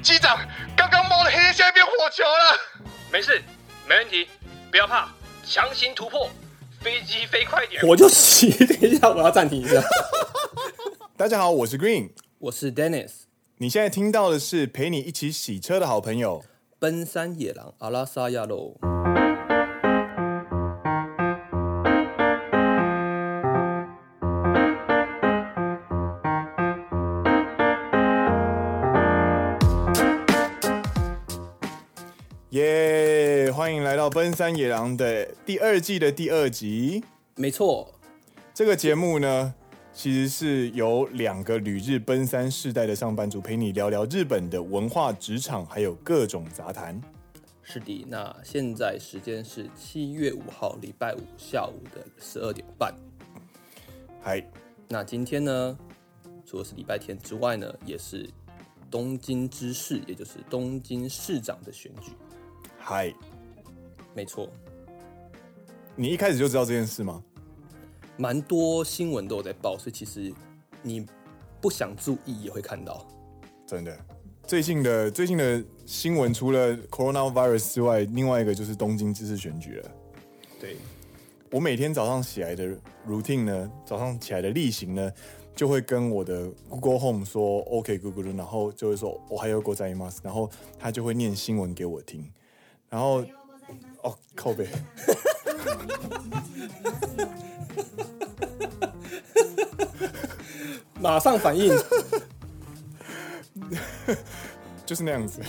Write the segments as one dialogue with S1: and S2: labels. S1: 机长，刚刚猫的黑现在变火球了。
S2: 没事，没问题，不要怕，强行突破，飞机飞快点。
S3: 我就骑，等一下我要暂停一下。
S4: 大家好，我是 Green，
S3: 我是 Dennis，
S4: 你现在听到的是陪你一起洗车的好朋友。
S3: 奔山野狼阿拉萨亚喽。
S4: 耶、欢迎来到《奔山野狼》的第二季的第二集。
S3: 没错，
S4: 这个节目呢，其实是由两个旅日奔三世代的上班族陪你聊聊日本的文化、职场，还有各种杂谈。
S3: 是的。那现在时间是七月五号礼拜五下午的十二点半。
S4: 嗨，
S3: 那今天呢，除了是礼拜天之外呢，也是东京知事，也就是东京市长的选举。
S4: 嗨，
S3: 没错，
S4: 你一开始就知道这件事吗？
S3: 蛮多新闻都有在报，所以其实你不想注意也会看到。
S4: 真的，最近的最近的新闻除了 coronavirus 之外，另外一个就是东京知事选举了。
S3: 对，
S4: 我每天早上起来的 routine 呢，早上起来的例行呢，就会跟我的 Google Home 说 OK Google，然后就会说我还有狗仔 mas，然后他就会念新闻给我听，然后哦靠背，
S3: 马上反应。
S4: 就是那样子。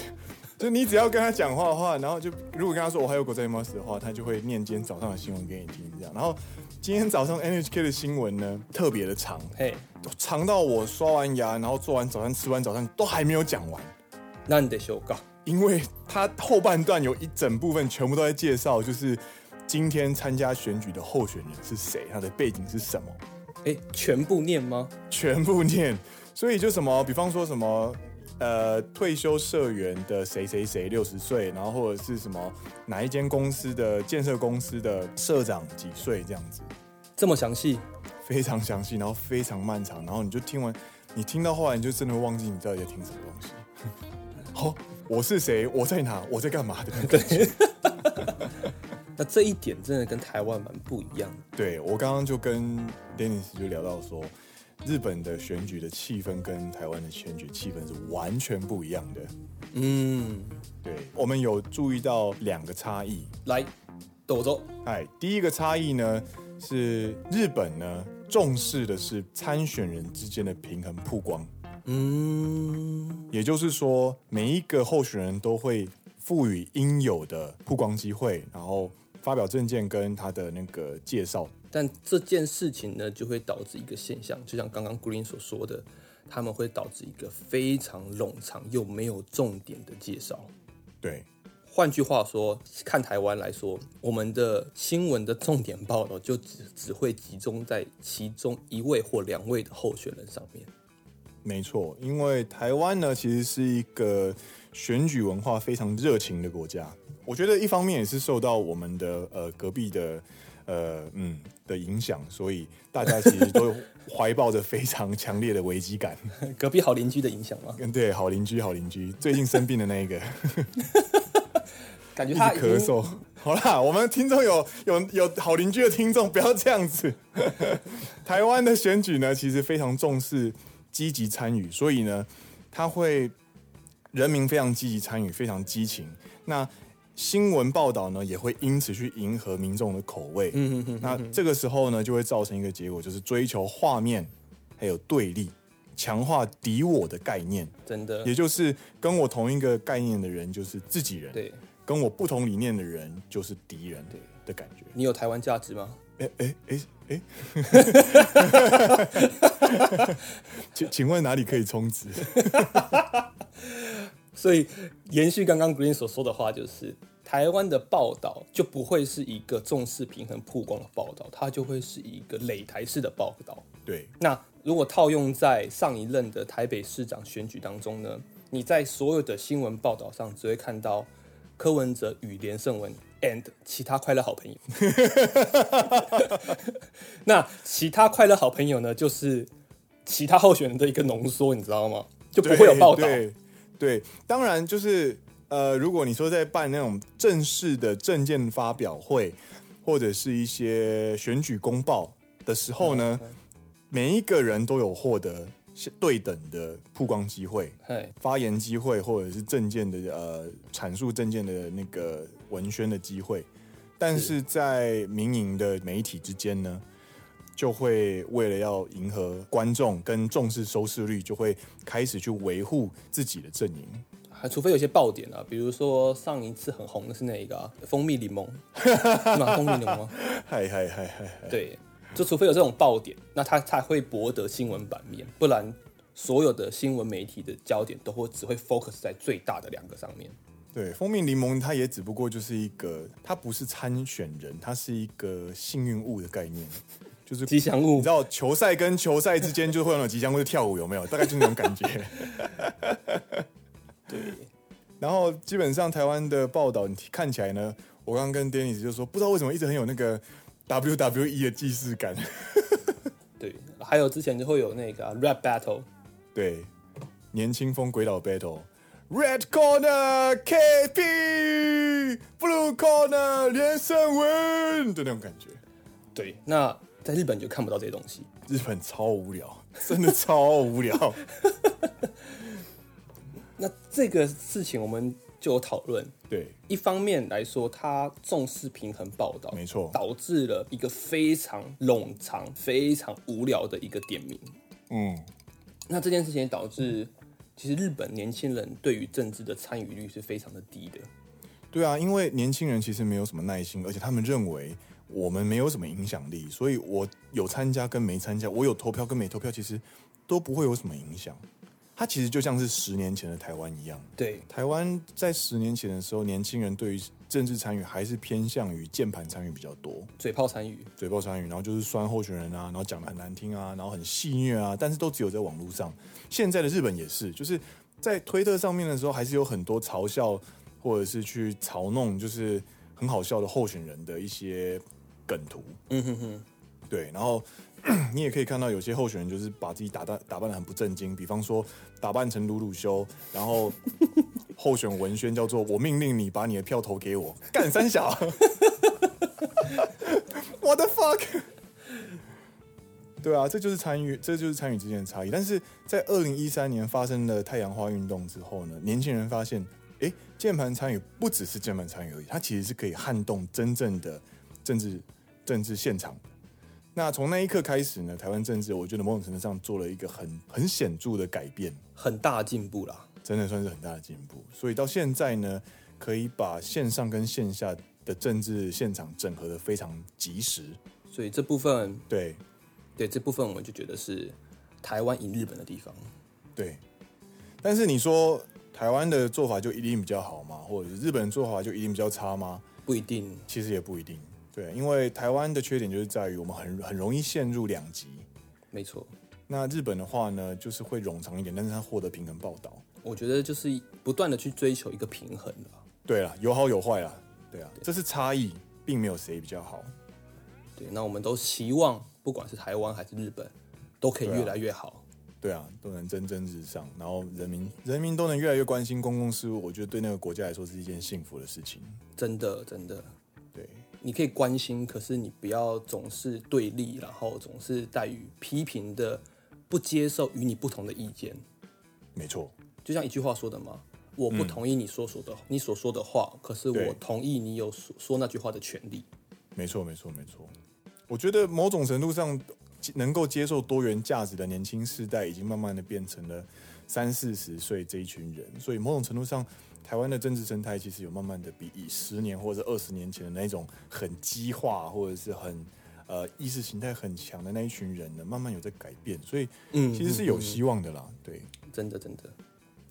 S4: 就你只要跟他讲话的话，然后就如果跟他说我还有狗仔 mas 的话，他就会念今天早上的新闻给你听，这样。然后今天早上 NHK 的新闻呢，特别的长，
S3: 嘿，
S4: 长到我刷完牙，然后做完早餐、吃完早餐都还没有讲完，
S3: 那你得修稿。
S4: 因为它后半段有一整部分全部都在介绍，就是今天参加选举的候选人是谁，他的背景是什么，
S3: 哎，全部念吗？
S4: 全部念。所以就什么，比方说什么。呃，退休社员的谁谁谁六十岁，然后或者是什么哪一间公司的建设公司的呃社长几岁这样子，
S3: 这么详细？
S4: 非常详细，然后非常漫长，然后你就听完，你听到后来你就真的会忘记你到底在听什么东西。好、我是谁？我在哪？我在干嘛的那种感觉？
S3: 那这一点真的跟台湾蛮不一样的。
S4: 对我刚刚就跟 Dennis 就聊到说，日本的选举的气氛跟台湾的选举气氛是完全不一样的。
S3: 嗯，
S4: 对我们有注意到两个差异，
S3: 来，抖着。
S4: 哎，第一个差异呢是日本呢重视的是参选人之间的平衡曝光，
S3: 嗯，
S4: 也就是说，每一个候选人都会赋予应有的曝光机会，然后发表证件跟他的那个介绍。
S3: 但这件事情呢，就会导致一个现象，就像刚刚 Green 所说的，他们会导致一个非常冗长又没有重点的介绍。
S4: 对，
S3: 换句话说，看台湾来说，我们的新闻的重点报道就只只会集中在其中一位或两位的候选人上面。
S4: 没错，因为台湾呢其实是一个选举文化非常热情的国家。我觉得一方面也是受到我们的呃隔壁的呃嗯的影响，所以大家其实都怀抱着非常强烈的危机感。
S3: 隔壁好邻居的影响吗？
S4: 跟对好邻居，好邻居，最近生病的那一个。
S3: 感觉
S4: 一
S3: 他
S4: 直咳嗽。 好啦，我们听众有有有好邻居的听众，不要这样子。 台湾的选举呢，其实非常重视积极参与，所以呢，他会人民非常积极参与，非常激情。那新闻报道呢，也会因此去迎合民众的口味。嗯嗯那这个时候呢，就会造成一个结果，就是追求画面，还有对立，强化敌我的概念，
S3: 真的
S4: 也就是跟我同一个概念的人，就是自己人。
S3: 对
S4: 跟我不同理念的人就是敌人的感觉。
S3: 你有台湾价值吗？
S4: 哎哎哎哎， 请请问哪里可以 充值？
S3: 所以延续刚刚 Green 所说的话，就是台湾的报道就不会是一个重视平衡曝光的报道，它就会是一个擂台式的报道。
S4: 对，
S3: 那如果套用在上一任的台北市长选举当中呢，你在所有的新闻报道上只会看到柯文哲与连胜文 and 其他快乐好朋友。 那其他快乐好朋友呢，就是其他候选人的一个浓缩，你知道吗？就不会有报道。
S4: 对对对，当然就是呃，如果你说在办那种正式的证件发表会，或者是一些选举公报的时候呢，
S3: 嗯
S4: 每一个人都有获得对等的曝光机会。
S3: 嘿，
S4: 发言机会，或者是证件的呃阐述证件的那个文宣的机会，但是在民营的媒体之间呢，就会为了要迎合观众跟重视收视率，就会开始去维护自己的阵营。
S3: 还除非有些爆点啊，比如说上一次很红的是哪一个啊？蜂蜜柠檬，是吗？蜂蜜柠檬，
S4: 嗨嗨嗨嗨嗨！
S3: 对，就除非有这种爆点，那它才会博得新闻版面，不然所有的新闻媒体的焦点都会只会 focus 在最大的两个上面。
S4: 对，蜂蜜柠檬它也只不过就是一个，它不是参选人，它是一个幸运物的概念， 就是
S3: 吉祥物
S4: 你知道球赛跟球赛之间就会有那种吉祥物的跳舞，有没有？大概就是那种感觉。对。然后基本上台湾的报道，你看起来呢，我刚刚跟 Dennis 就说，不知道为什么一直很有那个 WWE 的既视感。
S3: 对，还有之前就会有那个、啊、rap battle，
S4: 对，年轻风鬼岛 battle。Red corner KP，Blue corner 连胜文的那种感觉。
S3: 对，那在日本就看不到这些东西。
S4: 日本超无聊，真的超无聊。
S3: 那这个事情我们就有讨论。
S4: 对，
S3: 一方面来说，它重视平衡报道，
S4: 没错
S3: 导致了一个非常冗长、非常无聊的一个点名。
S4: 嗯，
S3: 那这件事情也导致，其实日本年轻人对于政治的参与率是非常的低的。
S4: 对啊，因为年轻人其实没有什么耐心，而且他们认为我们没有什么影响力，所以我有参加跟没参加，我有投票跟没投票，其实都不会有什么影响。它其实就像是十年前的台湾一样，
S3: 对，
S4: 台湾在十年前的时候，年轻人对于政治参与还是偏向于键盘参与比较多，
S3: 嘴炮参与，
S4: 嘴炮参与，然后就是酸候选人啊，然后讲的很难听啊，然后很戏谑啊，但是都只有在网络上。现在的日本也是，就是在推特上面的时候，还是有很多嘲笑或者是去嘲弄，就是很好笑的候选人的一些梗图。
S3: 嗯哼哼，
S4: 对，然后 你也可以看到有些候选人就是把自己打扮打扮的很不正经，比方说打扮成鲁鲁修，然后 候选文宣叫做“我命令你把你的票投给我”，干三小，what the fuck？对啊，这就是参与，这就是参与之间的差异。但是在二零一三年发生了太阳花运动之后呢，年轻人发现，诶，键盘参与不只是键盘参与而已，它其实是可以撼动真正的政治政治现场的。那从那一刻开始呢，台湾政治我觉得某种程度上做了一个很很显著的改变，
S3: 很大进步啦。
S4: 真的算是很大的进步。所以到现在呢，可以把线上跟线下的政治现场整合的非常及时。
S3: 所以这部分，
S4: 对
S3: 对这部分，我们就觉得是台湾赢日本的地方。
S4: 对，但是你说台湾的做法就一定比较好吗？或者是日本的做法就一定比较差吗？
S3: 不一定，
S4: 其实也不一定。对，因为台湾的缺点就是在于我们很很容易陷入两极。
S3: 没错，
S4: 那日本的话呢，就是会冗长一点，但是它获得平衡报道。
S3: 我觉得就是不断的去追求一个平衡吧。
S4: 对了，有好有坏啦，对啊，这是差异，并没有谁比较好。
S3: 对，那我们都希望，不管是台湾还是日本，都可以
S4: 对啊
S3: 越来越好。
S4: 对啊，都能蒸蒸日上，然后人民人民都能越来越关心公共事务，我觉得对那个国家来说是一件幸福的事情。
S3: 真的，真的，
S4: 对，
S3: 你可以关心，可是你不要总是对立，然后总是带于批评的，不接受与你不同的意见。
S4: 没错，
S3: 就像一句话说的嘛，我不同意你所说的、你所说的话，可是
S4: 对
S3: 我同意你有说说那句话的权利。
S4: 没错，没错，没错。我觉得某种程度上，能够接受多元价值的年轻世代，已经慢慢的变成了三四十岁这一群人。所以某种程度上，台湾的政治生态其实有慢慢的比以十年或者二十年前的那种很激化，或者是很呃意识形态很强的那一群人呢，慢慢有在改变。所以，
S3: 嗯
S4: 其实是有希望的啦。对，
S3: 真的，真的，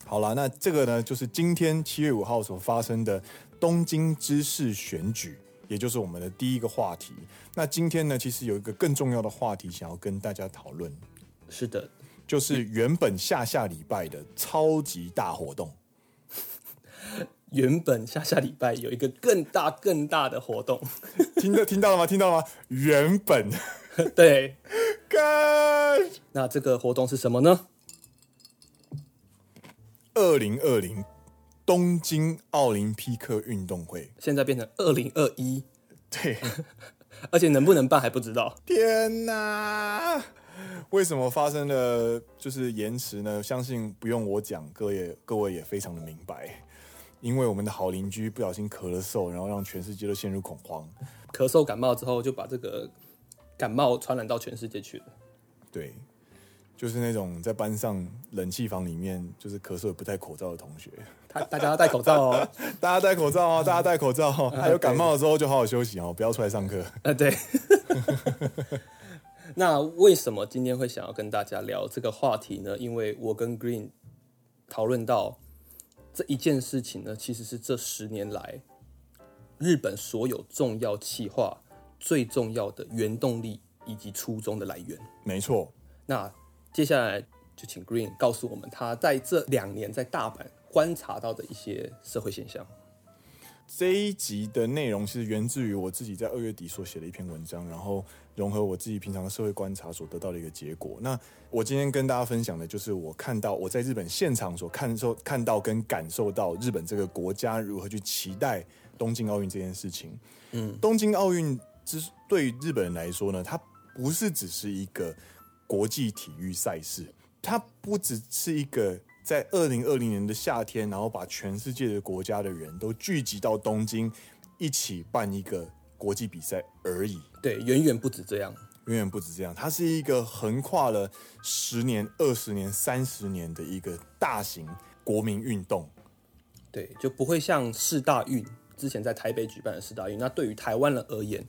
S4: 好啦，那这个呢，就是今天七月五号所发生的东京知事选举，也就是我们的第一个话题。那今天呢，其实有一个更重要的话题想要跟大家讨论，
S3: 是的。
S4: 就是原本下下礼拜的超级大活动。
S3: 原本下下礼拜有一个更大更大的活动，
S4: 听到听到了吗？听到了吗？原本，
S3: 对，
S4: 干
S3: 那这个活动是什么呢？
S4: 二零二零东京奥林匹克运动会。
S3: 现在变成二零二一，
S4: 对，
S3: 而且能不能办还不知道。
S4: 天哪！为什么发生了就是延迟呢？相信不用我讲，各位各位也非常的明白，因为我们的好邻居不小心咳了嗽，然后让全世界都陷入恐慌。
S3: 咳嗽感冒之后，就把这个感冒传染到全世界去了。
S4: 对，就是那种在班上冷气房里面就是咳嗽也不戴口罩的同学，
S3: 他大家要戴口罩哦。
S4: 大家戴口罩哦，大家戴口罩哦。还有感冒的时候就好好休息哦，不要出来上课。
S3: 呃，对。 那为什么今天会想要跟大家聊这个话题呢？因为我跟 Green 讨论到这一件事情呢，其实是这十年来日本所有重要企划最重要的原动力以及初衷的来源。
S4: 没错，
S3: 那接下来就请 Green 告诉我们他在这两年在大阪观察到的一些社会现象。
S4: 这一集的内容是源自于我自己在二月底所写的一篇文章，然后融合我自己平常的社会观察所得到的一个结果。那我今天跟大家分享的就是我看到我在日本现场所看受看到跟感受到日本这个国家如何去期待东京奥运这件事情。嗯，东京奥运之对于日本人来说呢，它不是只是一个国际体育赛事，它不只是一个在二零二零年的夏天，然后把全世界的国家的人都聚集到东京，一起办一个国际比赛而已。
S3: 对，远远不止这样。
S4: 远远不止这样，它是一个横跨了十年、二十年、三十年的一个大型国民运动。
S3: 对，就不会像世大运之前在台北举办的世大运，那对于台湾人而言，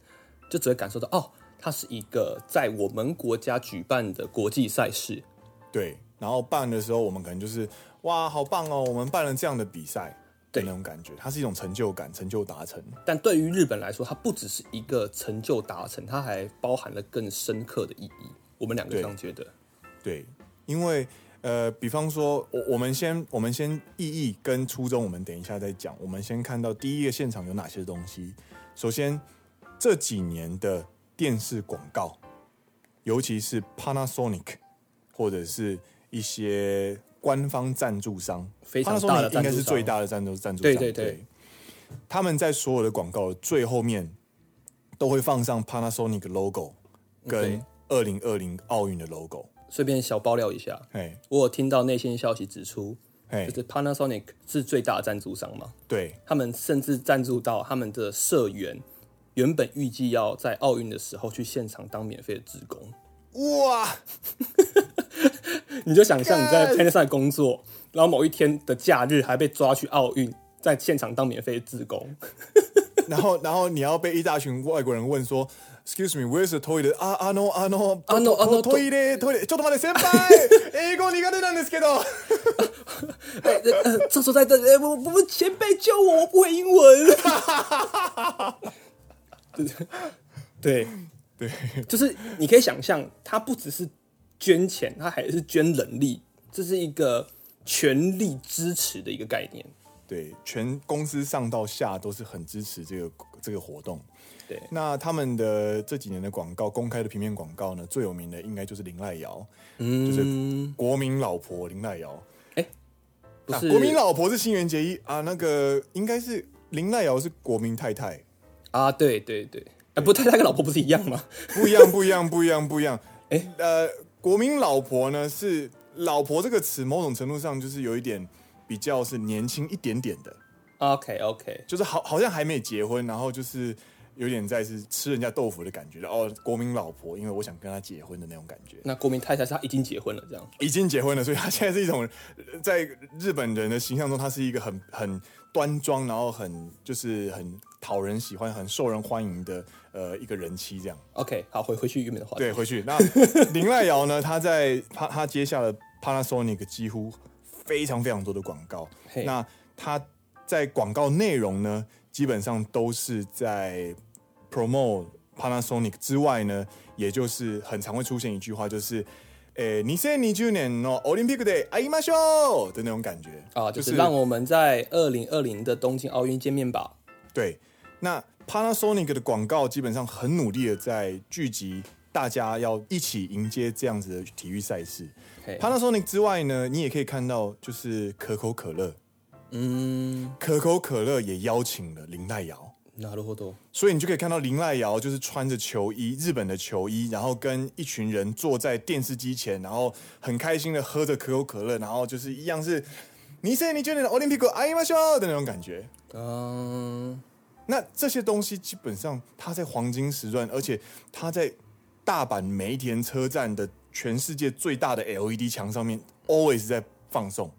S3: 就只会感受到哦，它是一个在我们国家举办的国际赛事。
S4: 对，然后办的时候，我们可能就是哇，好棒哦，我们办了这样的比赛。的
S3: 对
S4: 那种感觉，它是一种成就感，成就达成。
S3: 但对于日本来说，它不只是一个成就达成，它还包含了更深刻的意义。我们两个
S4: 对
S3: 这样觉得，
S4: 对，因为呃，比方说，我我们先我们先意义跟初衷，我们等一下再讲。我们先看到第一个现场有哪些东西。首先，这几年的电视广告，尤其是 Panasonic 或者是一些官方赞助商，
S3: 非常大的
S4: Panasonic 应该
S3: 赞助
S4: 是
S3: 商
S4: 最大的赞助赞助商。
S3: 对对对
S4: 他们在所有的广告的最后面都会放上 Panasonic logo 跟二零二零奥运的 logo。
S3: 顺便小爆料一下，
S4: 哎
S3: 我有听到内线消息指出，
S4: 哎，
S3: 就是 Panasonic 是最大的赞助商嘛，
S4: 对
S3: 他们甚至赞助到他们的社员原本预计要在奥运的时候去现场当免费的职工。
S4: 哇，
S3: 你就想象你在
S4: 干
S3: Panasonic 工作，然后某一天的假日还被抓去奥运，在现场当免费志工。
S4: 然后然后你要被一大群外国人问说，Excuse me，where's the toilet？啊啊 no 啊 no
S3: あのあの
S4: トイレトイレちょっと待って先 哎輩，英語苦手なんですけど。
S3: 哎呃呃厕所在这，哎我我前辈救我，我不会英文。对
S4: 对
S3: 就是你可以想象，他不只是捐钱，他还是捐人力，这是一个全力支持的一个概念。
S4: 对，全公司上到下都是很支持这个这个活动。
S3: 对
S4: 那他们的这几年的广告，公开的平面广告呢，最有名的应该就是林濑瑶，嗯，就是国民老婆林濑瑶。
S3: 不
S4: 啊
S3: 是
S4: 国民老婆是新垣结衣啊，那个应该是林濑瑶是国民太太。
S3: 啊，对对对，啊，不，太太跟老婆不是一样吗？
S4: 不一样，不一样，不一样，不一样。
S3: 诶
S4: 呃，国民老婆呢是“老婆”这个词，某种程度上就是有一点比较是年轻一点点的，
S3: OK OK，
S4: 就是好好像还没结婚，然后就是有点在是吃人家豆腐的感觉哦，国民老婆，因为我想跟他结婚的那种感觉。
S3: 那国民太太是她已经结婚了，这样。
S4: 已经结婚了，所以他现在是一种呃在日本人的形象中，他是一个很很端庄，然后很就是很讨人喜欢、很受人欢迎的呃一个人妻这样。
S3: OK，好，回回去原本的话题。
S4: 对，回去。那林濑瑶 呢？他在他他接下了 Panasonic 几乎非常非常多的广告
S3: 嘿。
S4: 那他在广告内容呢，基本上都是在 promote Panasonic 之外呢，也就是很常会出现一句话，就是。诶，你现你去年哦，奥林匹克的会いましょう的那种感觉
S3: 啊，就是让我们在二零二零的东京奥运见面吧。
S4: 对，那 Panasonic 的广告基本上很努力的在聚集大家要一起迎接这样子的体育赛事。
S3: 嘿
S4: Panasonic 之外呢，你也可以看到，就是可口可乐，
S3: 嗯，
S4: 可口可乐也邀请了林奈瑶。
S3: なるほど。
S4: 所以你就可以看到林濑瑶就是穿着球衣，日本的球衣，然后跟一群人坐在电视机前，然后很开心的喝着可口可乐，然后就是一样是你是你觉得奥林匹克爱马秀的那种感觉。
S3: 嗯，
S4: 那这些东西基本上它在黄金时段，而且它在大阪梅田车站的全世界最大的 LED 墙上面 always 在放送。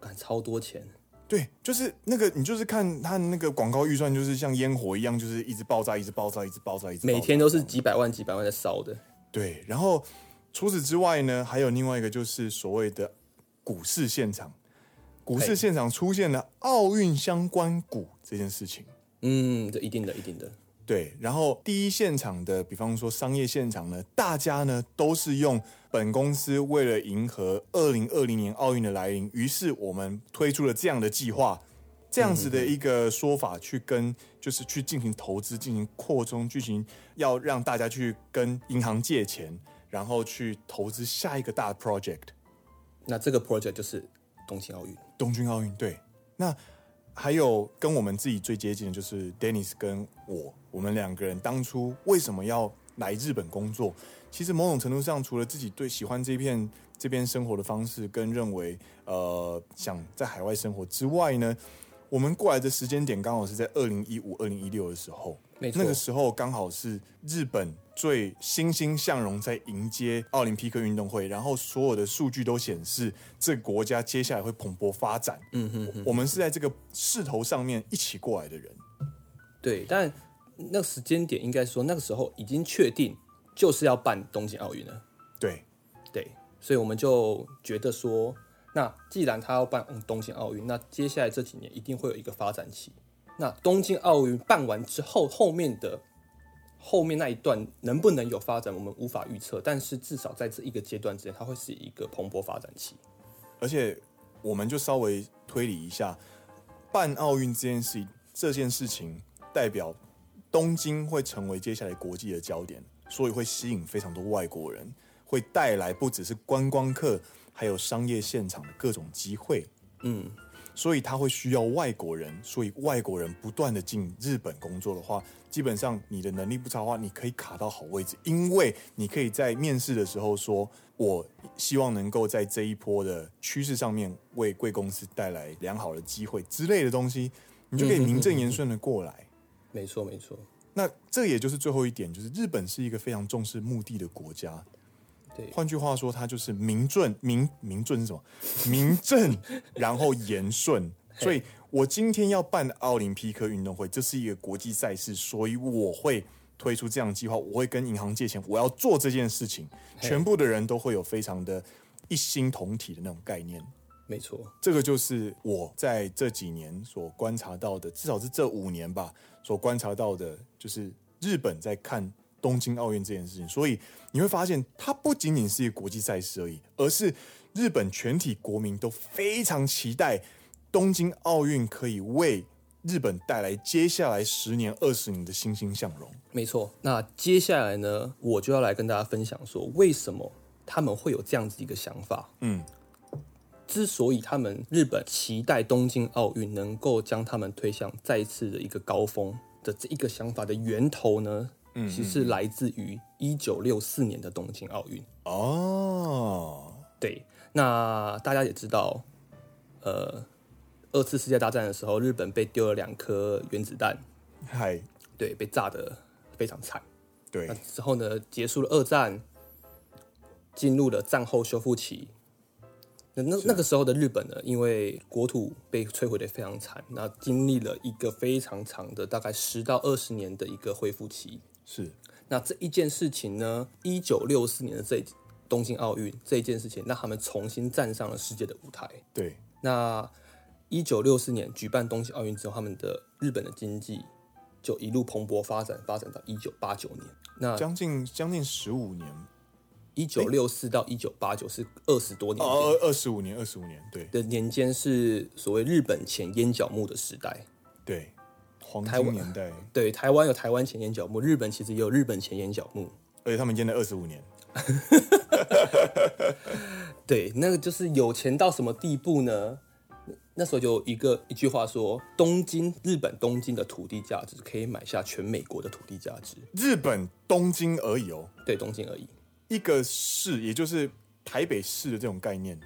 S3: 干超多钱，
S4: 对，就是那个，你就是看它那个广告预算，就是像烟火一样，就是一直爆炸，一直爆炸，一直爆炸，一直爆
S3: 每
S4: 炸
S3: 天都
S4: 这
S3: 是
S4: 样
S3: 几百万、几百万在烧的。
S4: 对，然后除此之外呢，还有另外一个就是所谓的股市现场，股市
S3: 嘿
S4: 现场出现了奥运相关股这件事情。
S3: 嗯，这一定的，一定的。
S4: 对，然后第一现场的，比方说商业现场呢，大家呢都是用本公司为了迎合二零二零年奥运的来临，于是我们推出了这样的计划，这样子的一个说法去跟就是去进行投资、进行扩充、进行要让大家去跟银行借钱，然后去投资下一个大 project。
S3: 那这个 project 就是东京奥运。
S4: 东京奥运对，那还有跟我们自己最接近的就是 Dennis 跟我，我们两个人当初为什么要来日本工作？其实某种程度上，除了自己对喜欢这片这边生活的方式，跟认为呃想在海外生活之外呢，我们过来的时间点刚好是在二零一五、二零一六的时候，
S3: 没错
S4: 那个时候刚好是日本最欣欣向荣在迎接奥林匹克运动会，然后所有的数据都显示这个国家接下来会蓬勃发展。嗯哼我们是在这个势头上面一起过来的人。
S3: 对，但那个时间点应该说那个时候已经确定就是要办东京奥运了。
S4: 对，
S3: 对，所以我们就觉得说，那既然他要办东京奥运，那接下来这几年一定会有一个发展期。那东京奥运办完之后，后面的后面那一段能不能有发展，我们无法预测。但是至少在这一个阶段之内，它会是一个蓬勃发展期。
S4: 而且我们就稍微推理一下，办奥运这件事这件事情代表东京会成为接下来国际的焦点，所以会吸引非常多外国人，会带来不只是观光客，还有商业现场的各种机会。
S3: 嗯，
S4: 所以他会需要外国人，所以外国人不断的进日本工作的话，基本上你的能力不差的话，你可以卡到好位置，因为你可以在面试的时候说，我希望能够在这一波的趋势上面为贵公司带来良好的机会之类的东西，你就可以名正言顺的过来。
S3: 没错，没错，
S4: 那这也就是最后一点，就是日本是一个非常重视目的的国家。
S3: 对
S4: 换句话说，它就是名正名名正是什么？ 名正，然后言顺。所以我今天要办奥林匹克运动会，这是一个国际赛事，所以我会推出这样的计划，我会跟银行借钱，我要做这件事情，全部的人都会有非常的一心同体的那种概念。
S3: 没错。
S4: 这个就是我在这几年所观察到的，至少是这五年吧，所观察到的，就是日本在看东京奥运这件事情。所以你会发现，它不仅仅是一个国际赛事而已，而是日本全体国民都非常期待东京奥运可以为日本带来接下来十年、二十年的欣欣向荣。
S3: 没错，那接下来呢，我就要来跟大家分享说，为什么他们会有这样子一个想法。
S4: 嗯，
S3: 之所以他们日本期待东京奥运能够将他们推向再次的一个高峰的这一个想法的源头呢，其实是来自于一九六四年的东京奥运。
S4: 哦，
S3: 对，那大家也知道，呃，二次世界大战的时候，日本被丢了两颗原子弹，
S4: 嗨，
S3: 对，被炸得非常惨。
S4: 对
S3: 那，之后呢，结束了二战，进入了战后修复期。那那那个时候的日本呢，因为国土被摧毁的非常惨，那经历了一个非常长的大概十到二十年的一个恢复期。
S4: 是，
S3: 那这一件事情呢，一九六四年的这一东京奥运这一件事情，让他们重新站上了世界的舞台。
S4: 对，
S3: 那一九六四年举办东京奥运之后，他们的日本的经济就一路蓬勃发展，发展到一九八九年。那
S4: 将近将近十五年，
S3: 一九六四到一九八九是二十多年
S4: 哦，二二十五年，二十五年，对。
S3: 的年间，是所谓日本前烟角木的时代。
S4: 对，黄
S3: 台湾
S4: 金年代，
S3: 对，台湾有台湾前烟角木，日本其实也有日本前烟角木。
S4: 而且他们淹了二十五年。
S3: 对，那个就是有钱到什么地步呢？那时候有一个一句话说，东京日本东京的土地价值可以买下全美国的土地价值，
S4: 日本东京而已哦，
S3: 对东京而已，
S4: 一个市，也就是台北市的这种概念，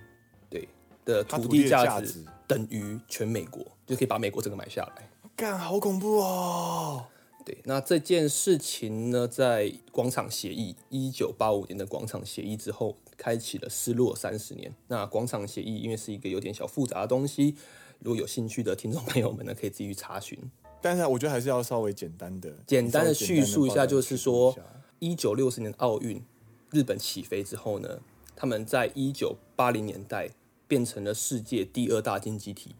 S3: 对的
S4: 它
S3: 土
S4: 土地
S3: 地
S4: 的
S3: 价
S4: 价
S3: 值
S4: 值
S3: 等于全美国，就可以把美国整个买下来。
S4: 干好恐怖哦！
S3: 对，那这件事情呢，在广场协议一九八五年的广场协议之后，开启了失落三十年。那广场协议因为是一个有点小复杂的东西，如果有兴趣的听众朋友们呢，可以自己去查询。
S4: 但是我觉得还是要稍微简单的、
S3: 简单的
S4: 稍微简
S3: 叙述一
S4: 报
S3: 下，
S4: 道
S3: 就是
S4: 一
S3: 说
S4: 下，
S3: 一九六四年的奥运，日本起飞之后呢，他们在一九八零年代变成了世界第二大经济体。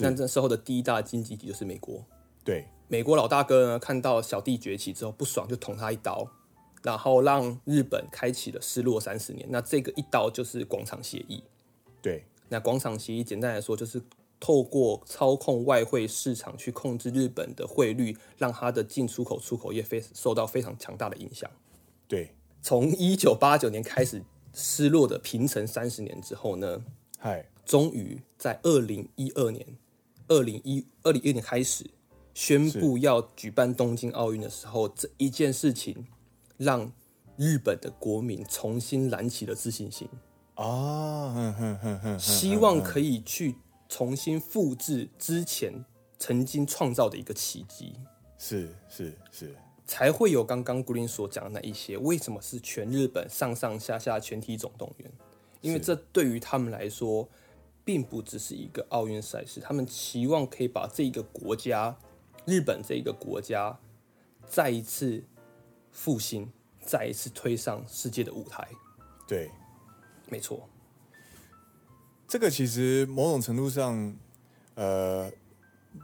S3: 那
S4: 是
S3: 这时候的第一大经济体就是美国。
S4: 对
S3: 美国老大哥呢，看到小弟崛起之后不爽，就捅他一刀，然后让日本开启了失落三十年。那这个一刀就是广场协议。
S4: 对，
S3: 那广场协议简单来说，就是透过操控外汇市场去控制日本的汇率，让它的进出口、出口业非受到非常强大的影响。
S4: 对，
S3: 从一九八九年开始失落的平成三十年之后呢，
S4: 嗨，
S3: 终于在二零一二年、二零一二零一年开始宣布要举办东京奥运的时候，这一件事情让日本的国民重新燃起了自信心，
S4: 啊，哼哼哼哼，
S3: 希望可以去重新复制之前曾经创造的一个奇迹。
S4: 是是是，
S3: 才会有刚刚 Green 所讲的那一些。为什么是全日本上上下下全体总动员？因为这对于他们来说，并不只是一个奥运赛事，他们期望可以把这个国家，日本这个国家，再一次复兴，再一次推上世界的舞台。
S4: 对，
S3: 没错，
S4: 这个其实某种程度上，呃，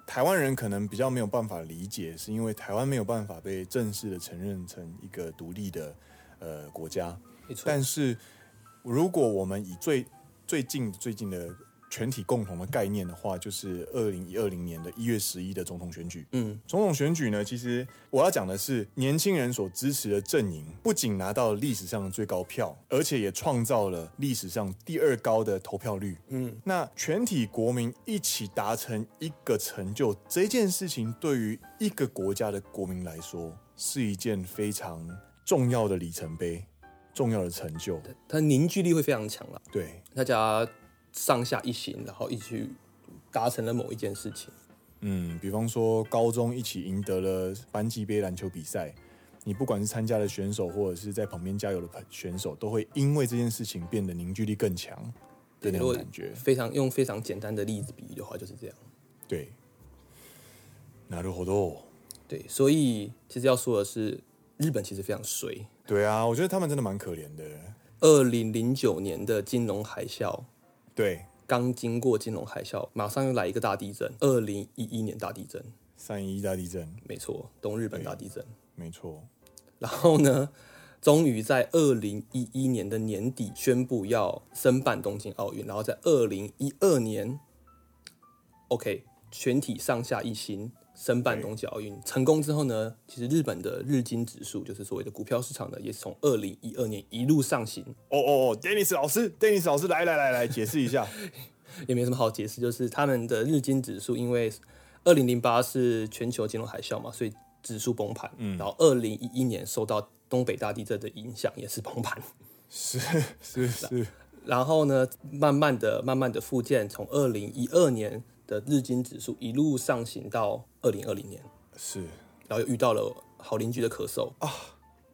S4: 台湾人可能比较没有办法理解，是因为台湾没有办法被正式的承认成一个独立的呃国家。
S3: 没错，
S4: 但是如果我们以最最近最近的全体共同的概念的话，就是二零二零年的一月十一的总统选举。
S3: 嗯，
S4: 总统选举呢，其实我要讲的是，年轻人所支持的阵营不仅拿到了历史上的最高票，而且也创造了历史上第二高的投票率。嗯，那全体国民一起达成一个成就，这件事情对于一个国家的国民来说，是一件非常重要的里程碑，重要的成就。
S3: 它凝聚力会非常强了。
S4: 对，
S3: 大家上下一心，然后一起去达成了某一件事情。
S4: 嗯，比方说高中一起赢得了班级杯篮球比赛，你不管是参加的选手，或者是在旁边加油的朋选手，都会因为这件事情变得凝聚力更强的
S3: 如
S4: 那种
S3: 果
S4: 感觉。
S3: 非常用非常简单的例子比喻的话，就是这样。
S4: 对，なるほど。
S3: 对，所以其实要说的是，日本其实非常衰。
S4: 对啊，我觉得他们真的蛮可怜的。
S3: 二零零九年的金融海啸，
S4: 对，
S3: 刚经过金融海啸，马上又来一个大地震。二零一一年大地震，
S4: 三一一大地震，
S3: 没错，东日本大地震。
S4: 没错。
S3: 然后呢，终于在二零一一年的年底宣布要申办东京奥运，然后在二零一二年，OK，全体上下一心申办东京奥运成功之后呢，其实日本的日经指数，就是所谓的股票市场呢，也是从二零一二年一路上行，
S4: 哦哦哦，Dennis 老师，Dennis 老师，来来来来，解释一 下。
S3: 也没什么好解释，就是他们的日经指数，因为二零零八是全球金融海啸嘛，所以指数崩盘，然后二零一一年受到东北大地震的影响，也是崩盘。
S4: 是是是，
S3: 然后呢，慢慢的、慢慢的复健，从二零一二年的日经指数一路上行到二零二零年，
S4: 是
S3: 然后又遇到了好邻居的咳嗽啊，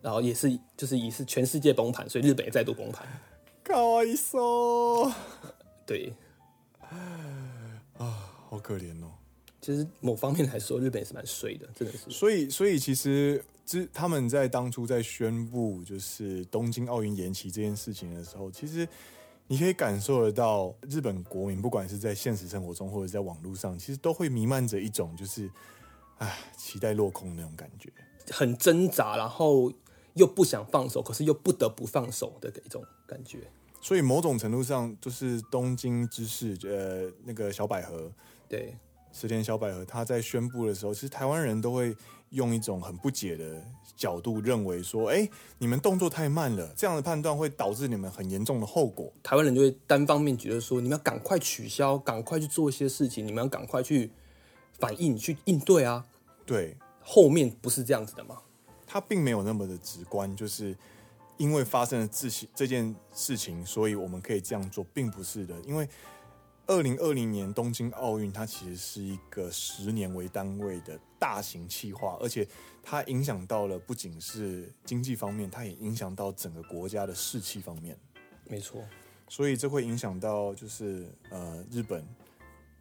S3: 然后也是就是也是全世界崩盘，所以日本也再度崩盘。
S4: かわいそう，
S3: 对，
S4: 好可怜哦。
S3: 其实某方面来说，日本也是蛮衰的，真的是。
S4: 所以，所以其实之他们在当初在宣布就是东京奥运延期这件事情的时候，其实你可以感受得到，日本国民不管是在现实生活中或者在网络上，其实都会弥漫着一种就是唉期待落空的那种感觉。
S3: 很挣扎，然后又不想放手，可是又不得不放手的一种感觉。
S4: 所以某种程度上，就是东京之士，呃，那个小百合
S3: 对，
S4: 石田小百合她在宣布的时候，其实台湾人都会用一种很不解的角度认为说，哎，你们动作太慢了，这样的判断会导致你们很严重的后果。
S3: 台湾人就会单方面觉得说，你们要赶快取消，赶快去做一些事情，你们要赶快去反应、去应对啊。
S4: 对，
S3: 后面不是这样子的嘛？
S4: 它并没有那么的直观，就是因为发生了自己这件事情，所以我们可以这样做，并不是的。因为二零二零年东京奥运，它其实是一个十年为单位的大型企划，而且它影响到了不仅是经济方面，它也影响到整个国家的士气方面。
S3: 没错，
S4: 所以这会影响到就是呃日本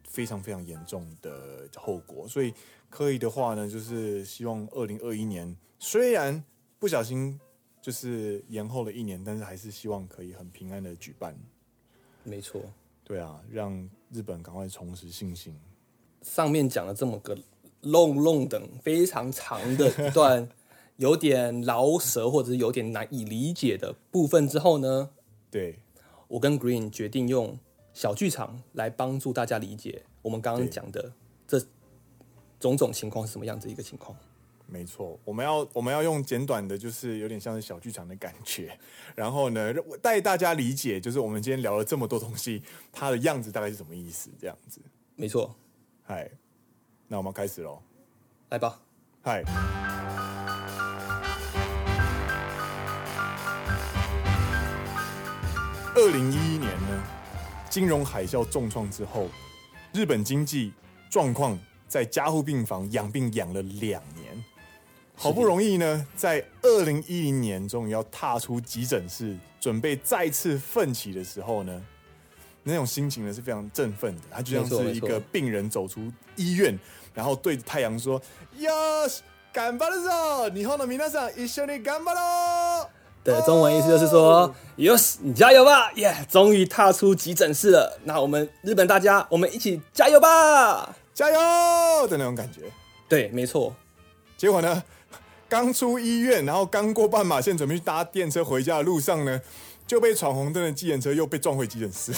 S4: 非常非常严重的后果。所以刻意的话呢，就是希望二零二一年虽然不小心就是延后了一年，但是还是希望可以很平安的举办。
S3: 没错。
S4: 对啊，让日本赶快重拾信心。
S3: 上面讲了这么个弄弄等非常长的一 段，有点饶舌或者是有点难以理解的部分之后呢，
S4: 对，
S3: 我跟 Green 决定用小剧场来帮助大家理解我们刚刚
S4: 对
S3: 讲的这种种情况是什么样子一个情况。
S4: 没错，我们要我们要用简短的，就是有点像是小剧场的感觉，然后呢，让我带大家理解，就是我们今天聊了这么多东西，它的样子大概是什么意思，这样子。
S3: 没错，
S4: 嗨，那我们开始喽。
S3: 来吧。
S4: 嗨，二零一一年呢，金融海啸重创之后，日本经济状况在加护病房养病养了两年，好不容易呢，在二零一零年终于要踏出急诊室，准备再次奋起的时候呢，那种心情呢是非常振奋的，他就像
S3: 没错
S4: 是一
S3: 没错
S4: 个病人走出医院，然后对着太阳说：“哟し，干巴的ぞ，你后的皆さん一緒に頑張ろう。”
S3: 的中文意思就是说，よし，你加油吧，耶、终于踏出急诊室了。那我们日本大家，我们一起加油吧。
S4: 加油的那种感觉。
S3: 对，没错，
S4: 结果呢， 刚出医院，然后刚过斑马线，准备去搭电车回家的路上呢，就被闯红灯的计程车又被撞回急诊室。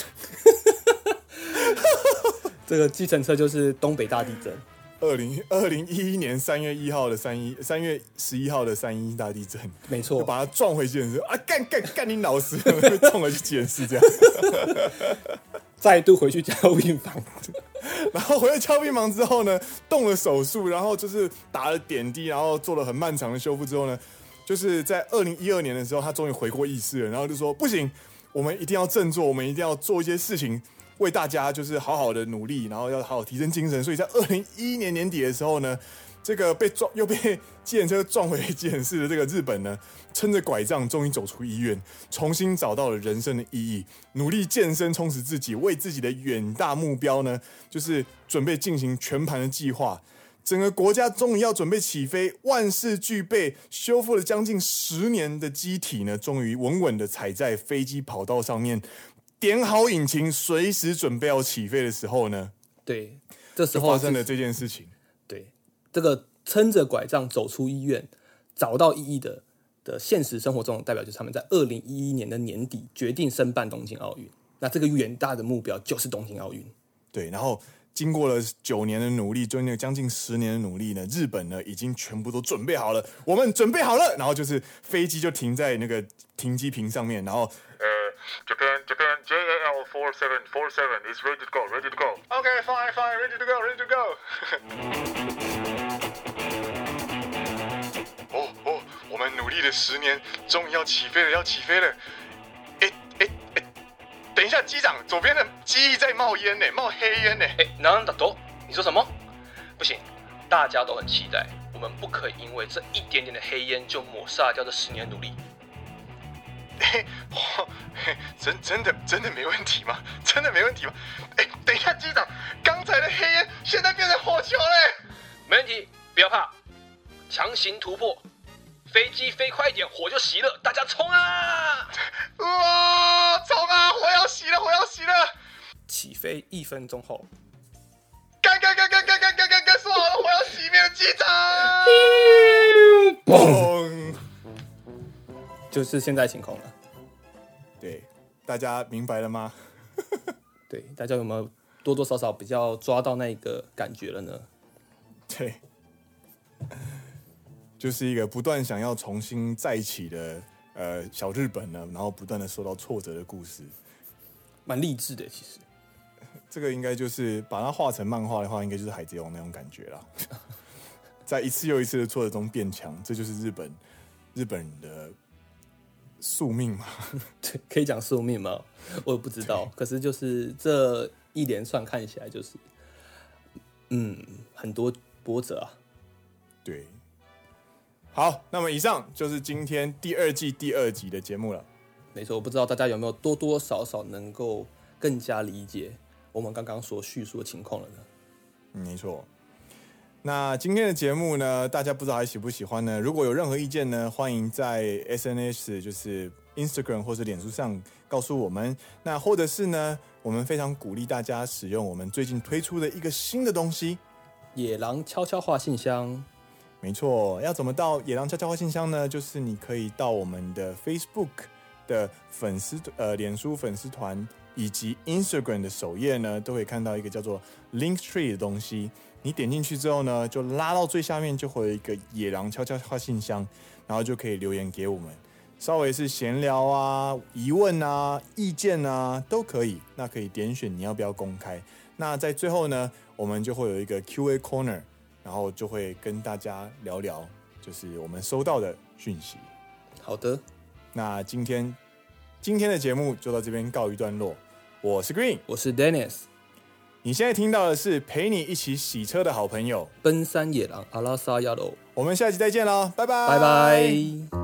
S3: 这个计程车就是东北大地震。
S4: 二零二零一一年三月一号的三一三月十一号的三一大地震，
S3: 没错
S4: 就把他撞回急诊室啊！干干干你老师， 被撞回去急诊室这样。
S3: 再度回去加护病 房，
S4: 然后回到敲病房之后呢，动了手术，然后就是打了点滴，然后做了很漫长的修复之后呢，就是在二零一二年的时候，他终于回过意识了，然后就说不行，我们一定要振作，我们一定要做一些事情，为大家就是好好的努力，然后要好好提升精神。所以在二零一一年年底的时候呢。这个被撞又被计程车撞回急诊室的这个日本呢，撑着拐杖终于走出医院，重新找到了人生的意义，努力健身充实自己，为自己的远大目标呢，就是准备进行全盘的计划。整个国家终于要准备起飞，万事俱备，修复了将近十年的机体呢，终于稳稳的踩在飞机跑道上面，点好引擎，随时准备要起飞的时候呢，
S3: 对，这时
S4: 就
S3: 候
S4: 发
S3: 是
S4: 生了这件事情。
S3: 对这个撑着拐杖走出医院，找到意义的的现实生活中的代表，就是他们在二零一一年的年底决定申办东京奥运。那这个远大的目标就是东京奥运。
S4: 对，然后经过了九年的努力，就那将近十年的努力呢，日本呢已经全部都准备好了，我们准备好了，然后就是飞机就停在那个停机坪上面，然后
S5: Japan, Japan, JAL 4747 is ready to go, ready to go.
S1: OK fine fine ready to go ready to go 。 哦哦，我们努力了十年，终于要起飞了，要起飞了。哎哎哎，等一下，机长，左边的机翼在冒烟呢，冒黑烟呢。
S2: 哎，なんだと？你说什么？不行，大家都很期待，我们不可以因为这一点点的黑烟就抹杀掉这十年的努力。
S1: 嘿，哇，嘿，真真的真的没问题吗？真的没问题吗？哎，等一下，机长，刚才的黑烟现在变成火球嘞！
S2: 没问题，不要怕，强行突破，飞机飞快一点，火就熄了，大家冲啊！
S1: 哇，冲啊！火要熄了，火要熄了！
S3: 起飞一分钟后，
S1: 干干干干干干干干干！说好了，火要熄灭的机长。
S4: 嘣，
S3: 就是现在情况了。
S4: 对，大家明白了吗？
S3: 对，大家有没有多多少少比较抓到那个感觉了呢？
S4: 对，就是一个不断想要重新再起的呃小日本呢，然后不断的受到挫折的故事。
S3: 蛮励志的，其实。
S4: 这个应该就是把它画成漫画的话，应该就是海贼王那种感觉啦。在一次又一次的挫折中变强，这就是日本日本人的宿命嘛。
S3: 对，可以讲宿命吗？我也不知 道。可是就是这一连串看起来就是，嗯，很多波折啊。
S4: 对，好，那么以上就是今天第二季第二集的节目了。
S3: 没错，我不知道大家有没有多多少少能够更加理解我们刚刚所叙述的情况了呢？
S4: 嗯没错。那今天的节目呢，大家不知道还喜不喜欢呢？如果有任何意见呢，欢迎在 SNS 就是 Instagram 或者脸书上告诉我们。那或者是呢，我们非常鼓励大家使用我们最近推出的一个新的东西。
S3: 野狼悄悄话信箱，
S4: 没错，要怎么到野狼悄悄话信箱呢？就是你可以到我们的 Facebook 的粉丝呃脸书粉丝团以及 Instagram 的首页呢，都可以看到一个叫做 Linktree 的东西。你点进去之后呢，就拉到最下面，就会有一个野狼悄悄话信箱，然后就可以留言给我们，稍微是闲聊啊、疑问啊、意见啊都可以。那可以点选你要不要公开。那在最后呢，我们就会有一个 Q&A corner。然后就会跟大家聊聊，就是我们收到的讯息。
S3: 好的，
S4: 那今天今天的节目就到这边告一段落。我是 Green，
S3: 我是 Dennis，
S4: 你现在听到的是陪你一起洗车的好朋友。
S3: 奔山野狼阿拉萨亚罗，
S4: 我们下期再见喽，拜拜，
S3: 拜拜。